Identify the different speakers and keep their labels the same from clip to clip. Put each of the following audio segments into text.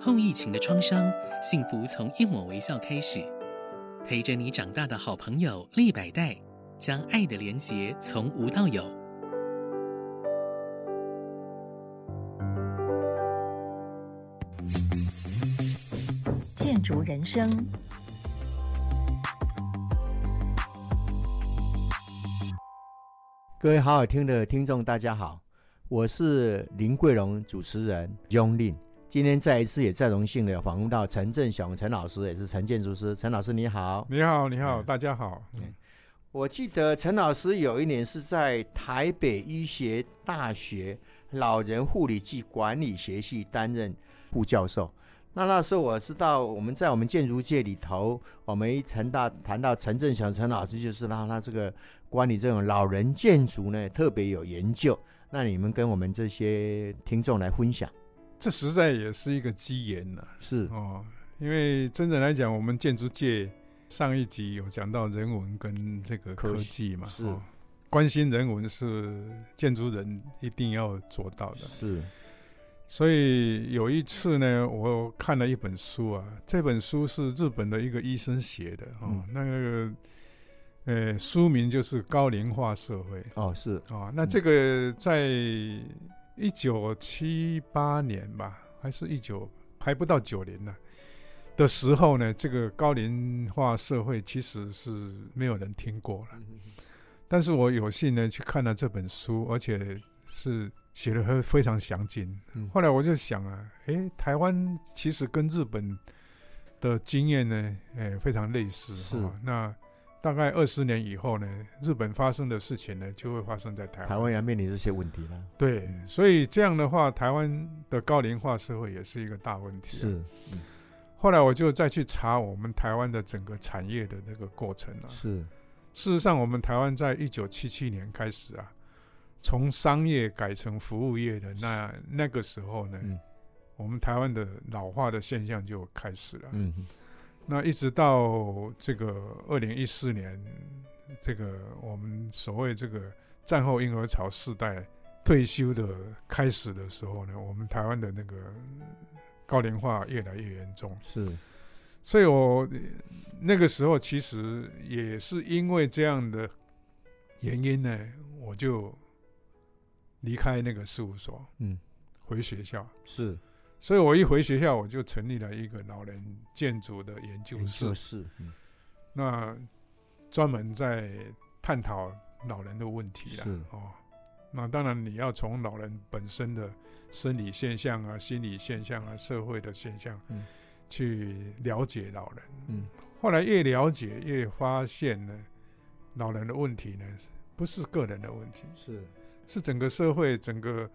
Speaker 1: 后疫情的创伤，幸福从一抹微笑开始。陪着你长大的好朋友立百代，将爱的连结从无到有。
Speaker 2: 建筑人生。
Speaker 3: 各位好好听的听众，大家好，我是林桂荣主持人 John Lin。今天再一次也再荣幸的访问到陈振雄陈老师，也是陈建筑师。陈老师你好，
Speaker 4: 你好，你好，
Speaker 3: 嗯
Speaker 4: 大家好。
Speaker 3: 嗯我记得陈老师有一年是在台北医学大学老人护理暨管理学系担任副教授。那那时候我知道我们在我们建筑界里头，我们一谈到谈到陈振祥陈老师，就是让他这个管理这种老人建筑呢特别有研究。那你们跟我们这些听众来分享，
Speaker 4: 这实在也是一个机缘呐、
Speaker 3: 是
Speaker 4: 哦，因为真的来讲，我们建筑界上一集有讲到人文跟这个科
Speaker 3: 科
Speaker 4: 技嘛，
Speaker 3: 是
Speaker 4: 哦关心人文是建筑人一定要做到的。
Speaker 3: 是
Speaker 4: 所以有一次呢，我看了一本书啊，这本书是日本的一个医生写的哦，
Speaker 3: 嗯
Speaker 4: 那个呃书名就是《高龄化社会》。
Speaker 3: 哦是
Speaker 4: 哦，那这个在一九七八年吧，还是一九还不到九年呢、的时候呢，这个高龄化社会其实是没有人听过
Speaker 3: 嗯
Speaker 4: 了。但是我有幸呢去看了这本书，而且是写的非非常详尽。
Speaker 3: 嗯
Speaker 4: 后来我就想啊，诶，台湾其实跟日本的经验呢，诶，非常类似。
Speaker 3: 是
Speaker 4: 哦那大概二十年以后呢，日本发生的事情呢，就会发生在台湾。
Speaker 3: 台湾要面临这些问题了，
Speaker 4: 对，所以这样的话，台湾的高龄化社会也是一个大问题。。啊
Speaker 3: 是
Speaker 4: 后来我就再去查我们台湾的整个产业的那个过程啊。
Speaker 3: 是
Speaker 4: 事实上，我们台湾在一九七七年开始啊，从商业改成服务业的那那个时候呢，
Speaker 3: 嗯
Speaker 4: 我们台湾的老化的现象就开始了。
Speaker 3: 嗯
Speaker 4: 那一直到这个二零一四年，这个我们所谓这个战后婴儿潮世代退休的开始的时候呢，我们台湾的那个高龄化越来越严重。
Speaker 3: 是
Speaker 4: 所以我呃那个时候其实也是因为这样的原因呢，我就离开那个事务所，
Speaker 3: 嗯
Speaker 4: 回学校。
Speaker 3: 是
Speaker 4: 所以我一回学校，我就成立了一个老人建筑的研究室，
Speaker 3: 是嗯
Speaker 4: 那专门在探讨老人的问题啦
Speaker 3: 是。
Speaker 4: 哦，那当然你要从老人本身的生理现象啊、心理现象啊、社会的现象，
Speaker 3: 嗯
Speaker 4: 去了解老人。
Speaker 3: 嗯
Speaker 4: 后来越了解，越发现呢，老人的问题呢，不是个人的问题，
Speaker 3: 是
Speaker 4: 是整个社会、整个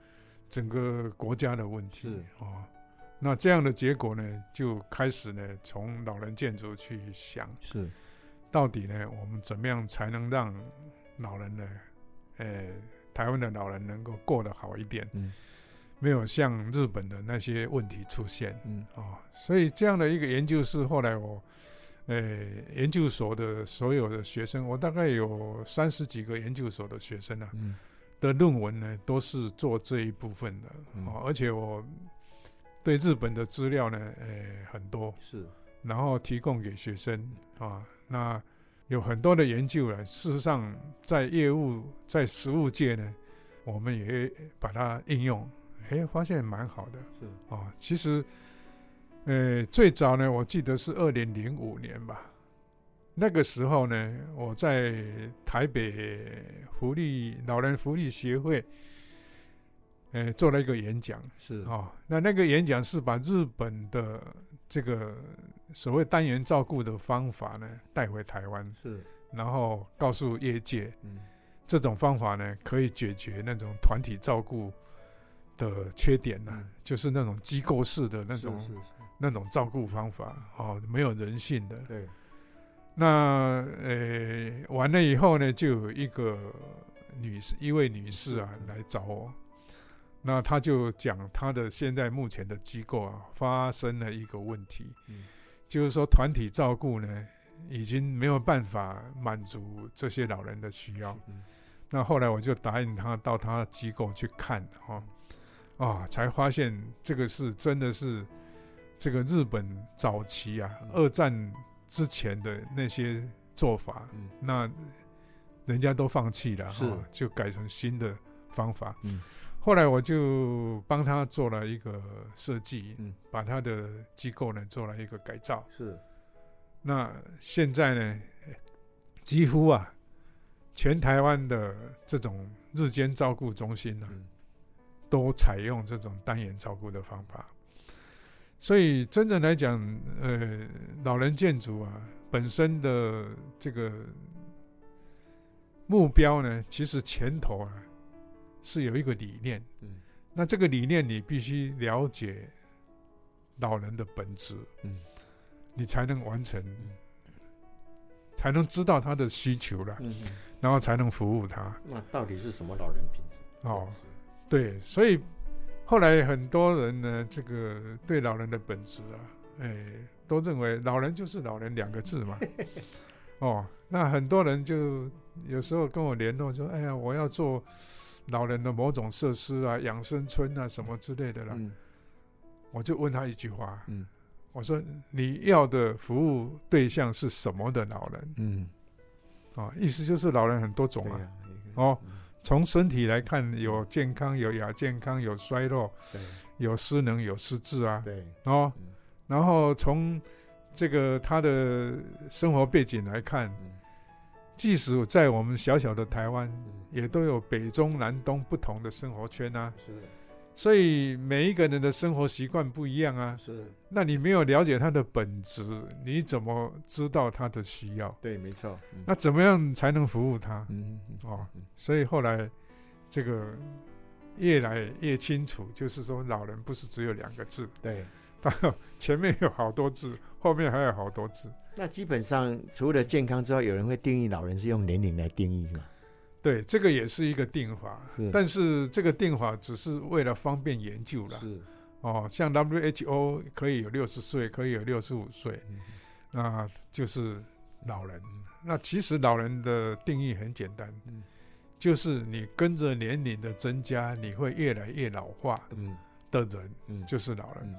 Speaker 4: 整个国家的问题
Speaker 3: 是
Speaker 4: 哦。那这样的结果呢，就开始呢，从老人建筑去想，
Speaker 3: 是
Speaker 4: 到底呢，我们怎么样才能让老人呢，呃，台湾的老人能够过得好一点，
Speaker 3: 嗯
Speaker 4: 没有像日本的那些问题出现。
Speaker 3: 嗯
Speaker 4: 哦，所以这样的一个研究室，后来我，呃，研究所的所有的学生，我大概有三十几个研究所的学生啊，
Speaker 3: 嗯
Speaker 4: 的论文呢都是做这一部分的、
Speaker 3: 嗯
Speaker 4: 哦，而且我对日本的资料呢，呃，很多，
Speaker 3: 是
Speaker 4: 然后提供给学生啊、那有很多的研究啊，事实上在业务在实务界呢，我们也把它应用，诶，发现蛮好的。
Speaker 3: 是
Speaker 4: 哦，其实，呃，最早呢，我记得是二零零五年吧。那个时候呢，我在台北福利老人福利协会，呃，做了一个演讲。
Speaker 3: 是
Speaker 4: 哦，那那个演讲是把日本的这个所谓单元照顾的方法呢带回台湾，
Speaker 3: 是
Speaker 4: 然后告诉业界，
Speaker 3: 嗯
Speaker 4: 这种方法呢，可以解决那种团体照顾的缺点呢、
Speaker 3: 嗯
Speaker 4: 就是那种机构式的那种
Speaker 3: 是是
Speaker 4: 那种照顾方法哦，没有人性的。
Speaker 3: 对
Speaker 4: 那呃，完了以后呢，就有一个女士，一位女士啊
Speaker 3: 嗯
Speaker 4: 来找我，那她就讲她的现在目前的机构啊发生了一个问题，
Speaker 3: 嗯
Speaker 4: 就是说团体照顾呢已经没有办法满足这些老人的需要。
Speaker 3: 嗯
Speaker 4: 那后来我就答应他到他机构去看哈、哦，啊，才发现这个是真的是这个日本早期啊，
Speaker 3: 嗯
Speaker 4: 二战之前的那些做法，
Speaker 3: 嗯
Speaker 4: 那人家都放弃了，
Speaker 3: 是
Speaker 4: 哦就改成新的方法。
Speaker 3: 嗯
Speaker 4: 后来我就帮他做了一个设计，
Speaker 3: 嗯
Speaker 4: 把他的机构呢做了一个改造。
Speaker 3: 是
Speaker 4: 那现在呢，几乎啊，全台湾的这种日间照顾中心呢、
Speaker 3: 嗯
Speaker 4: 都采用这种单眼照顾的方法。所以，真正来讲，呃，老人建筑啊，本身的这个目标呢，其实前头啊是有一个理念。
Speaker 3: 嗯
Speaker 4: 那这个理念，你必须了解老人的本质，
Speaker 3: 嗯，
Speaker 4: 你才能完成，才能知道他的需求了，
Speaker 3: 嗯，嗯
Speaker 4: 然后才能服务他。
Speaker 3: 那到底是什么老人品质？
Speaker 4: 哦
Speaker 3: 本，质
Speaker 4: 对，所以后来很多人呢，这个对老人的本质啊，哎，都认为老人就是老人两个字 嘛。哦，那很多人就有时候跟我联络说，哎呀，我要做老人的某种设施啊，养生村啊什么之类的啦。
Speaker 3: 嗯
Speaker 4: 我就问他一句话，
Speaker 3: 嗯
Speaker 4: 我说你要的服务对象是什么的老人
Speaker 3: 嗯，
Speaker 4: 啊、哦意思就是老人很多种
Speaker 3: 对
Speaker 4: 啊，
Speaker 3: 呀，一个
Speaker 4: 哦，
Speaker 3: 嗯
Speaker 4: 从身体来看，有健康，有亚健康，有衰弱，
Speaker 3: 对
Speaker 4: 有失能，有失智啊，
Speaker 3: 对，
Speaker 4: 哦
Speaker 3: 嗯，
Speaker 4: 然后从这个他的生活背景来看，
Speaker 3: 嗯
Speaker 4: 即使在我们小小的台湾，
Speaker 3: 嗯，
Speaker 4: 也都有北中南东不同的生活圈啊，
Speaker 3: 是的，
Speaker 4: 所以每一个人的生活习惯不一样啊，
Speaker 3: 是的，
Speaker 4: 那你没有了解他的本质，你怎么知道他的需要？
Speaker 3: 对，没错。嗯
Speaker 4: 那怎么样才能服务他？
Speaker 3: 嗯嗯
Speaker 4: 哦
Speaker 3: 嗯，
Speaker 4: 所以后来这个越来越清楚，就是说老人不是只有两个字，
Speaker 3: 对。
Speaker 4: 他前面有好多字， 后面还有好多字。
Speaker 3: 那基本上除了健康之外，有人会定义老人是用年龄来定义嘛？
Speaker 4: 对，这个也是一个定法，
Speaker 3: 是
Speaker 4: 但是这个定法只是为了方便研究啦。
Speaker 3: 是，
Speaker 4: 哦，像 WHO 可以有六十岁，可以有六十五岁，那就是老人。那其实老人的定义很简单，
Speaker 3: 嗯
Speaker 4: 就是你跟着年龄的增加，你会越来越老化
Speaker 3: 嗯
Speaker 4: 的人
Speaker 3: 嗯，就
Speaker 4: 就是老人。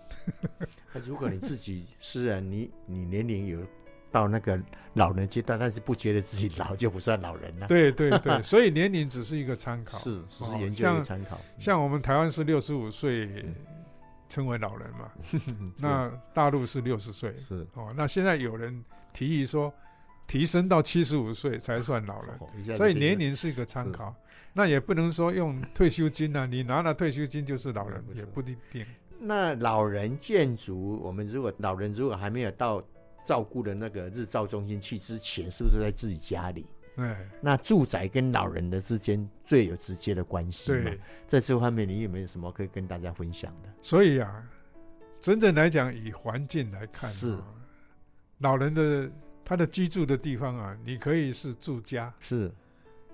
Speaker 3: 那如果你自己虽然你你年龄有到那个老人阶段，但是不觉得自己老就不算老人啊了、
Speaker 4: 对对 对，所以年龄只是一个参考。
Speaker 3: 是，只是
Speaker 4: 哦
Speaker 3: 研究一
Speaker 4: 像
Speaker 3: 个参考。
Speaker 4: 像我们台湾是六十五岁
Speaker 3: 嗯
Speaker 4: 称为老人嘛，
Speaker 3: 嗯
Speaker 4: 那大陆是六十岁
Speaker 3: 是是
Speaker 4: 哦。那现在有人提议说，提升到七十五岁才算老人，
Speaker 3: 哦一下子
Speaker 4: 所以
Speaker 3: 定
Speaker 4: 年
Speaker 3: 了
Speaker 4: 龄是一个参考。那也不能说用退休金啊，你拿了退休金就是老人
Speaker 3: 嗯，不是
Speaker 4: 也不一定。
Speaker 3: 那老人建筑，我们如果老人如果还没有到照顾的那个日照中心去之前，是不是都在自己家里？
Speaker 4: 哎，
Speaker 3: 那住宅跟老人的之间最有直接的关系嘛
Speaker 4: 对，，
Speaker 3: 在这方面你有没有什么可以跟大家分享的？
Speaker 4: 所以啊，真正来讲，以环境来看、啊，
Speaker 3: 是
Speaker 4: 老人的他的居住的地方啊，你可以是住家，
Speaker 3: 是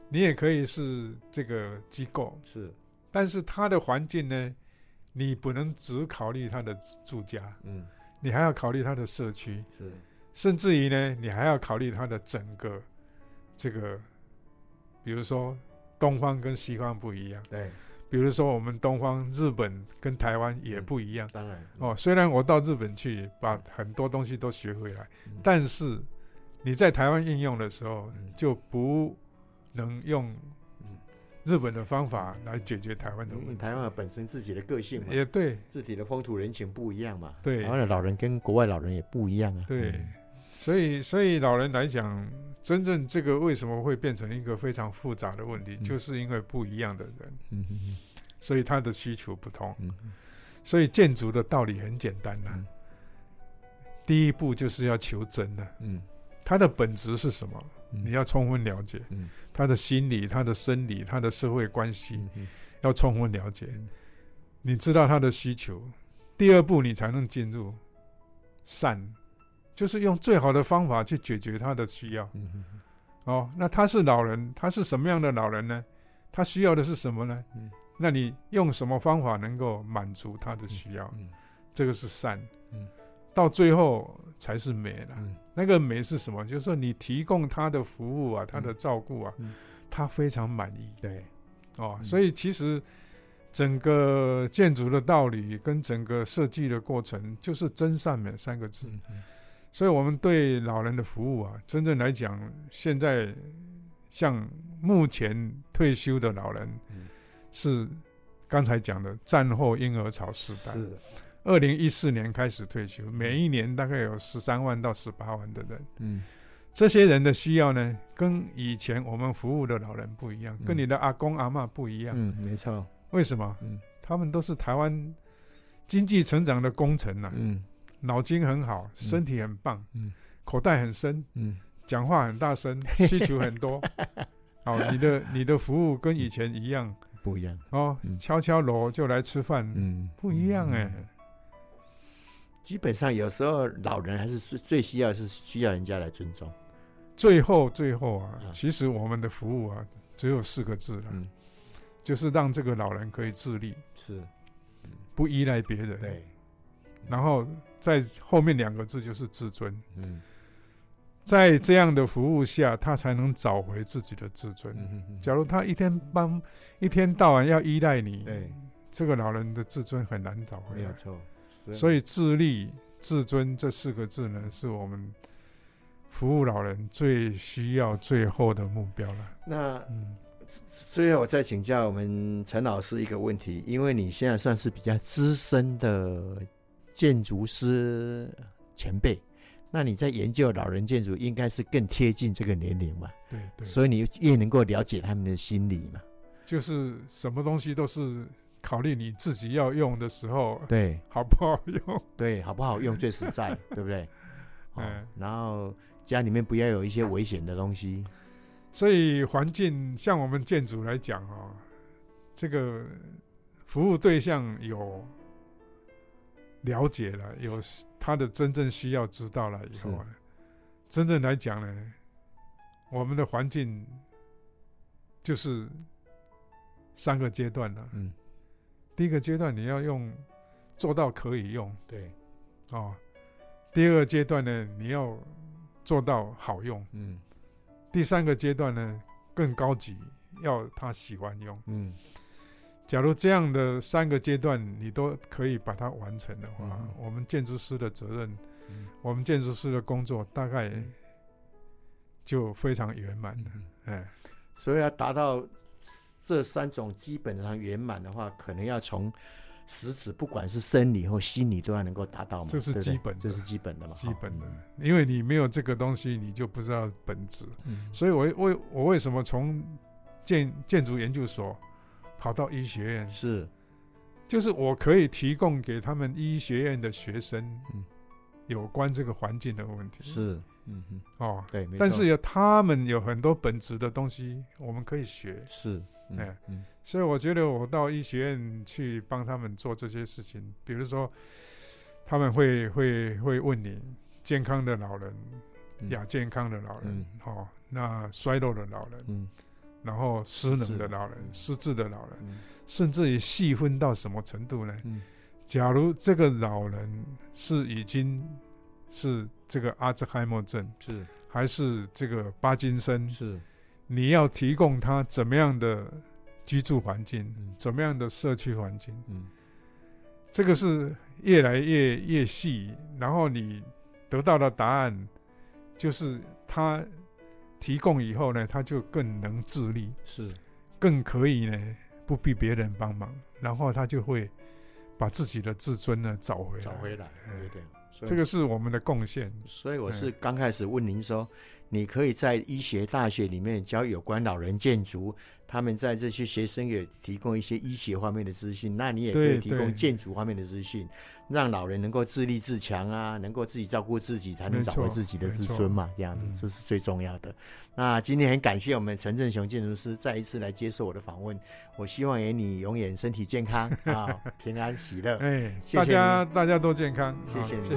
Speaker 4: 你也可以是这个机构，
Speaker 3: 是，
Speaker 4: 但是他的环境呢，你不能只考虑他的住家，
Speaker 3: 嗯
Speaker 4: 你还要考虑他的社区，
Speaker 3: 是
Speaker 4: 甚至于呢，你还要考虑他的整个这个，比如说东方跟西方不一样，
Speaker 3: 对，
Speaker 4: 比如说我们东方日本跟台湾也不一样。
Speaker 3: 当然
Speaker 4: 哦，虽然我到日本去把很多东西都学回来，
Speaker 3: 嗯
Speaker 4: 但是你在台湾应用的时候
Speaker 3: 嗯
Speaker 4: 就不能用
Speaker 3: 嗯
Speaker 4: 日本的方法来解决台湾的
Speaker 3: 因为
Speaker 4: 问题。
Speaker 3: 嗯台湾有本身自己的个性嘛，
Speaker 4: 也对
Speaker 3: 自己的风土人情不一样嘛，
Speaker 4: 对
Speaker 3: 台湾的老人跟国外老人也不一样啊，
Speaker 4: 对
Speaker 3: 嗯，
Speaker 4: 所以所以老人来讲，真正这个为什么会变成一个非常复杂的问题，
Speaker 3: 嗯
Speaker 4: 就是因为不一样的人，
Speaker 3: 嗯嗯
Speaker 4: 所以他的需求不同。
Speaker 3: 嗯嗯
Speaker 4: 所以建筑的道理很简单呐、啊
Speaker 3: 嗯
Speaker 4: 第一步就是要求真呐、啊
Speaker 3: 嗯
Speaker 4: 它的本质是什么？
Speaker 3: 嗯
Speaker 4: 你要充分了解，
Speaker 3: 嗯
Speaker 4: 他的心理、他的生理、他的社会关系、
Speaker 3: 嗯嗯
Speaker 4: 要充分了解
Speaker 3: 嗯。
Speaker 4: 你知道他的需求，第二步你才能进入善，就是用最好的方法去解决他的需要。
Speaker 3: 嗯嗯
Speaker 4: 哦，那他是老人，他是什么样的老人呢？他需要的是什么呢？
Speaker 3: 嗯
Speaker 4: 那你用什么方法能够满足他的需要？
Speaker 3: 嗯
Speaker 4: 这个是善。
Speaker 3: 嗯
Speaker 4: 到最后才是美了。
Speaker 3: 嗯
Speaker 4: 那个美是什么？就是说你提供他的服务啊，他的照顾啊，
Speaker 3: 嗯
Speaker 4: 他非常满意
Speaker 3: 对，
Speaker 4: 哦。
Speaker 3: 嗯
Speaker 4: 所以其实整个建筑的道理跟整个设计的过程，就是真善美三个字。
Speaker 3: 嗯嗯
Speaker 4: 所以，我们对老人的服务啊，真正来讲，现在像目前退休的老人
Speaker 3: 嗯，
Speaker 4: 是刚才讲的战后婴儿潮时代。
Speaker 3: 是的，
Speaker 4: 二零一四年开始退休，每一年大概有十三万到十八万的人。
Speaker 3: 嗯，
Speaker 4: 这些人的需要呢，跟以前我们服务的老人不一样，
Speaker 3: 嗯
Speaker 4: 跟你的阿公阿嬷不一样。
Speaker 3: 嗯，没错，
Speaker 4: 为什么？
Speaker 3: 嗯
Speaker 4: 他们都是台湾经济成长的功臣呐、
Speaker 3: 嗯
Speaker 4: 脑筋很好，身体很棒，
Speaker 3: 嗯
Speaker 4: 口袋很深，
Speaker 3: 嗯，
Speaker 4: 讲话很大声，需求很 多。好，你的你的服务跟以前一样
Speaker 3: 不一样，
Speaker 4: 哦
Speaker 3: 嗯，
Speaker 4: 敲敲锣就来吃饭，
Speaker 3: 嗯，
Speaker 4: 不一样哎、
Speaker 3: 基本上有时候老人还是最最需要是需要人家来尊重，
Speaker 4: 最后最后啊
Speaker 3: 嗯，
Speaker 4: 其实我们的服务啊，只有四个字了，
Speaker 3: 嗯
Speaker 4: 就是让这个老人可以自立，
Speaker 3: 是
Speaker 4: 不依赖别人。
Speaker 3: 对，
Speaker 4: 然后在后面两个字就是自尊，
Speaker 3: 嗯
Speaker 4: 在这样的服务下，他才能找回自己的自尊。
Speaker 3: 嗯
Speaker 4: 假如他一天帮一天到晚要依赖你，
Speaker 3: 对，
Speaker 4: 这个老人的自尊很难找回
Speaker 3: 没有
Speaker 4: 来。
Speaker 3: 错，
Speaker 4: 所
Speaker 3: 以
Speaker 4: 以自立、自尊这四个字呢，是我们服务老人最需要、最后的目标了。
Speaker 3: 那
Speaker 4: 嗯，
Speaker 3: 最后我再请教我们陈老师一个问题，因为你现在算是比较资深的建筑师前辈，那你在研究老人建筑，应该是更贴近这个年龄嘛，
Speaker 4: 对对，
Speaker 3: 所以你越能够了解他们的心理嘛。
Speaker 4: 就是什么东西都是考虑你自己要用的时候
Speaker 3: 对
Speaker 4: 好不好用。
Speaker 3: 对，好不好用最实 在，对不对？哦
Speaker 4: 嗯，
Speaker 3: 然后家里面不要有一些危险的东西。
Speaker 4: 所以环境像我们建筑来讲哦，这个服务对象有了解了，有他的真正需要知道了以后啊，真正来讲呢，我们的环境就是三个阶段了。
Speaker 3: 嗯，
Speaker 4: 第一个阶段你要用做到可以用
Speaker 3: 对，
Speaker 4: 哦，第二个阶段呢你要做到好用。
Speaker 3: 嗯
Speaker 4: 第三个阶段呢，更高级，要他喜欢用。
Speaker 3: 嗯
Speaker 4: 假如这样的三个阶段你都可以把它完成的话，
Speaker 3: 嗯
Speaker 4: 我们建筑师的责任，
Speaker 3: 嗯
Speaker 4: 我们建筑师的工作大概
Speaker 3: 嗯
Speaker 4: 就非常圆满了。哎，
Speaker 3: 所以要达到这三种基本上圆满的话，可能要从实质，不管是生理或心理，都要能够达到嘛。
Speaker 4: 这是
Speaker 3: 对不对
Speaker 4: 基本的
Speaker 3: 这是基本的嘛，
Speaker 4: 基本的
Speaker 3: 哈，
Speaker 4: 因为你没有这个东西，你就不知道本质。
Speaker 3: 嗯
Speaker 4: 所以我为我为什么从建建筑研究所跑到医学院
Speaker 3: 嗯，是
Speaker 4: 就是我可以提供给他们医学院的学生
Speaker 3: 嗯，
Speaker 4: 有关这个环境的问题
Speaker 3: 是，嗯哼，
Speaker 4: 哦。
Speaker 3: 对，没
Speaker 4: 但
Speaker 3: 错
Speaker 4: 是有他们有很多本质的东西我们可以学，
Speaker 3: 是，嗯
Speaker 4: 哎
Speaker 3: 嗯
Speaker 4: 所以我觉得我到医学院去帮他们做这些事情，比如说他们会会会问你健康的老人、
Speaker 3: 嗯
Speaker 4: 亚健康的老人、
Speaker 3: 嗯
Speaker 4: 哦，那衰弱的老人，
Speaker 3: 嗯
Speaker 4: 然后失能的老人、失智的老人，甚至于细分到什么程度呢？
Speaker 3: 嗯
Speaker 4: 假如这个老人是已经是这个阿兹海默症，
Speaker 3: 是
Speaker 4: 还是这个帕金森？
Speaker 3: 是
Speaker 4: 你要提供他怎么样的居住环境，
Speaker 3: 嗯
Speaker 4: 怎么样的社区环境，
Speaker 3: 嗯
Speaker 4: 这个是越来越越细，然后你得到的答案就是他提供以后呢，他就更能自立，
Speaker 3: 是
Speaker 4: 更可以呢不必别人帮忙，然后他就会把自己的自尊呢找回来。哎
Speaker 3: 找回来，对对，所以
Speaker 4: 这个是我们的贡献，
Speaker 3: 所以我
Speaker 4: 嗯
Speaker 3: 是刚开始问您说，你可以在医学大学里面教有关老人建筑，他们在这些学生也提供一些医学方面的资讯，那你也可以
Speaker 4: 对
Speaker 3: 提供
Speaker 4: 对
Speaker 3: 建筑方面的资讯，让老人能够自立自强啊，能够自己照顾自己，才能
Speaker 4: 没
Speaker 3: 找
Speaker 4: 错
Speaker 3: 回自己的自尊嘛，这样子
Speaker 4: 嗯
Speaker 3: 这是最重要的。那今天很感谢我们陈振雄建筑师再一次来接受我的访问，我希望也你永远身体健康啊， 平安喜乐。
Speaker 4: 哎，
Speaker 3: 谢
Speaker 4: 大
Speaker 3: 谢
Speaker 4: 家大家都健康，
Speaker 3: 谢
Speaker 4: 啊
Speaker 3: 谢你
Speaker 4: 谢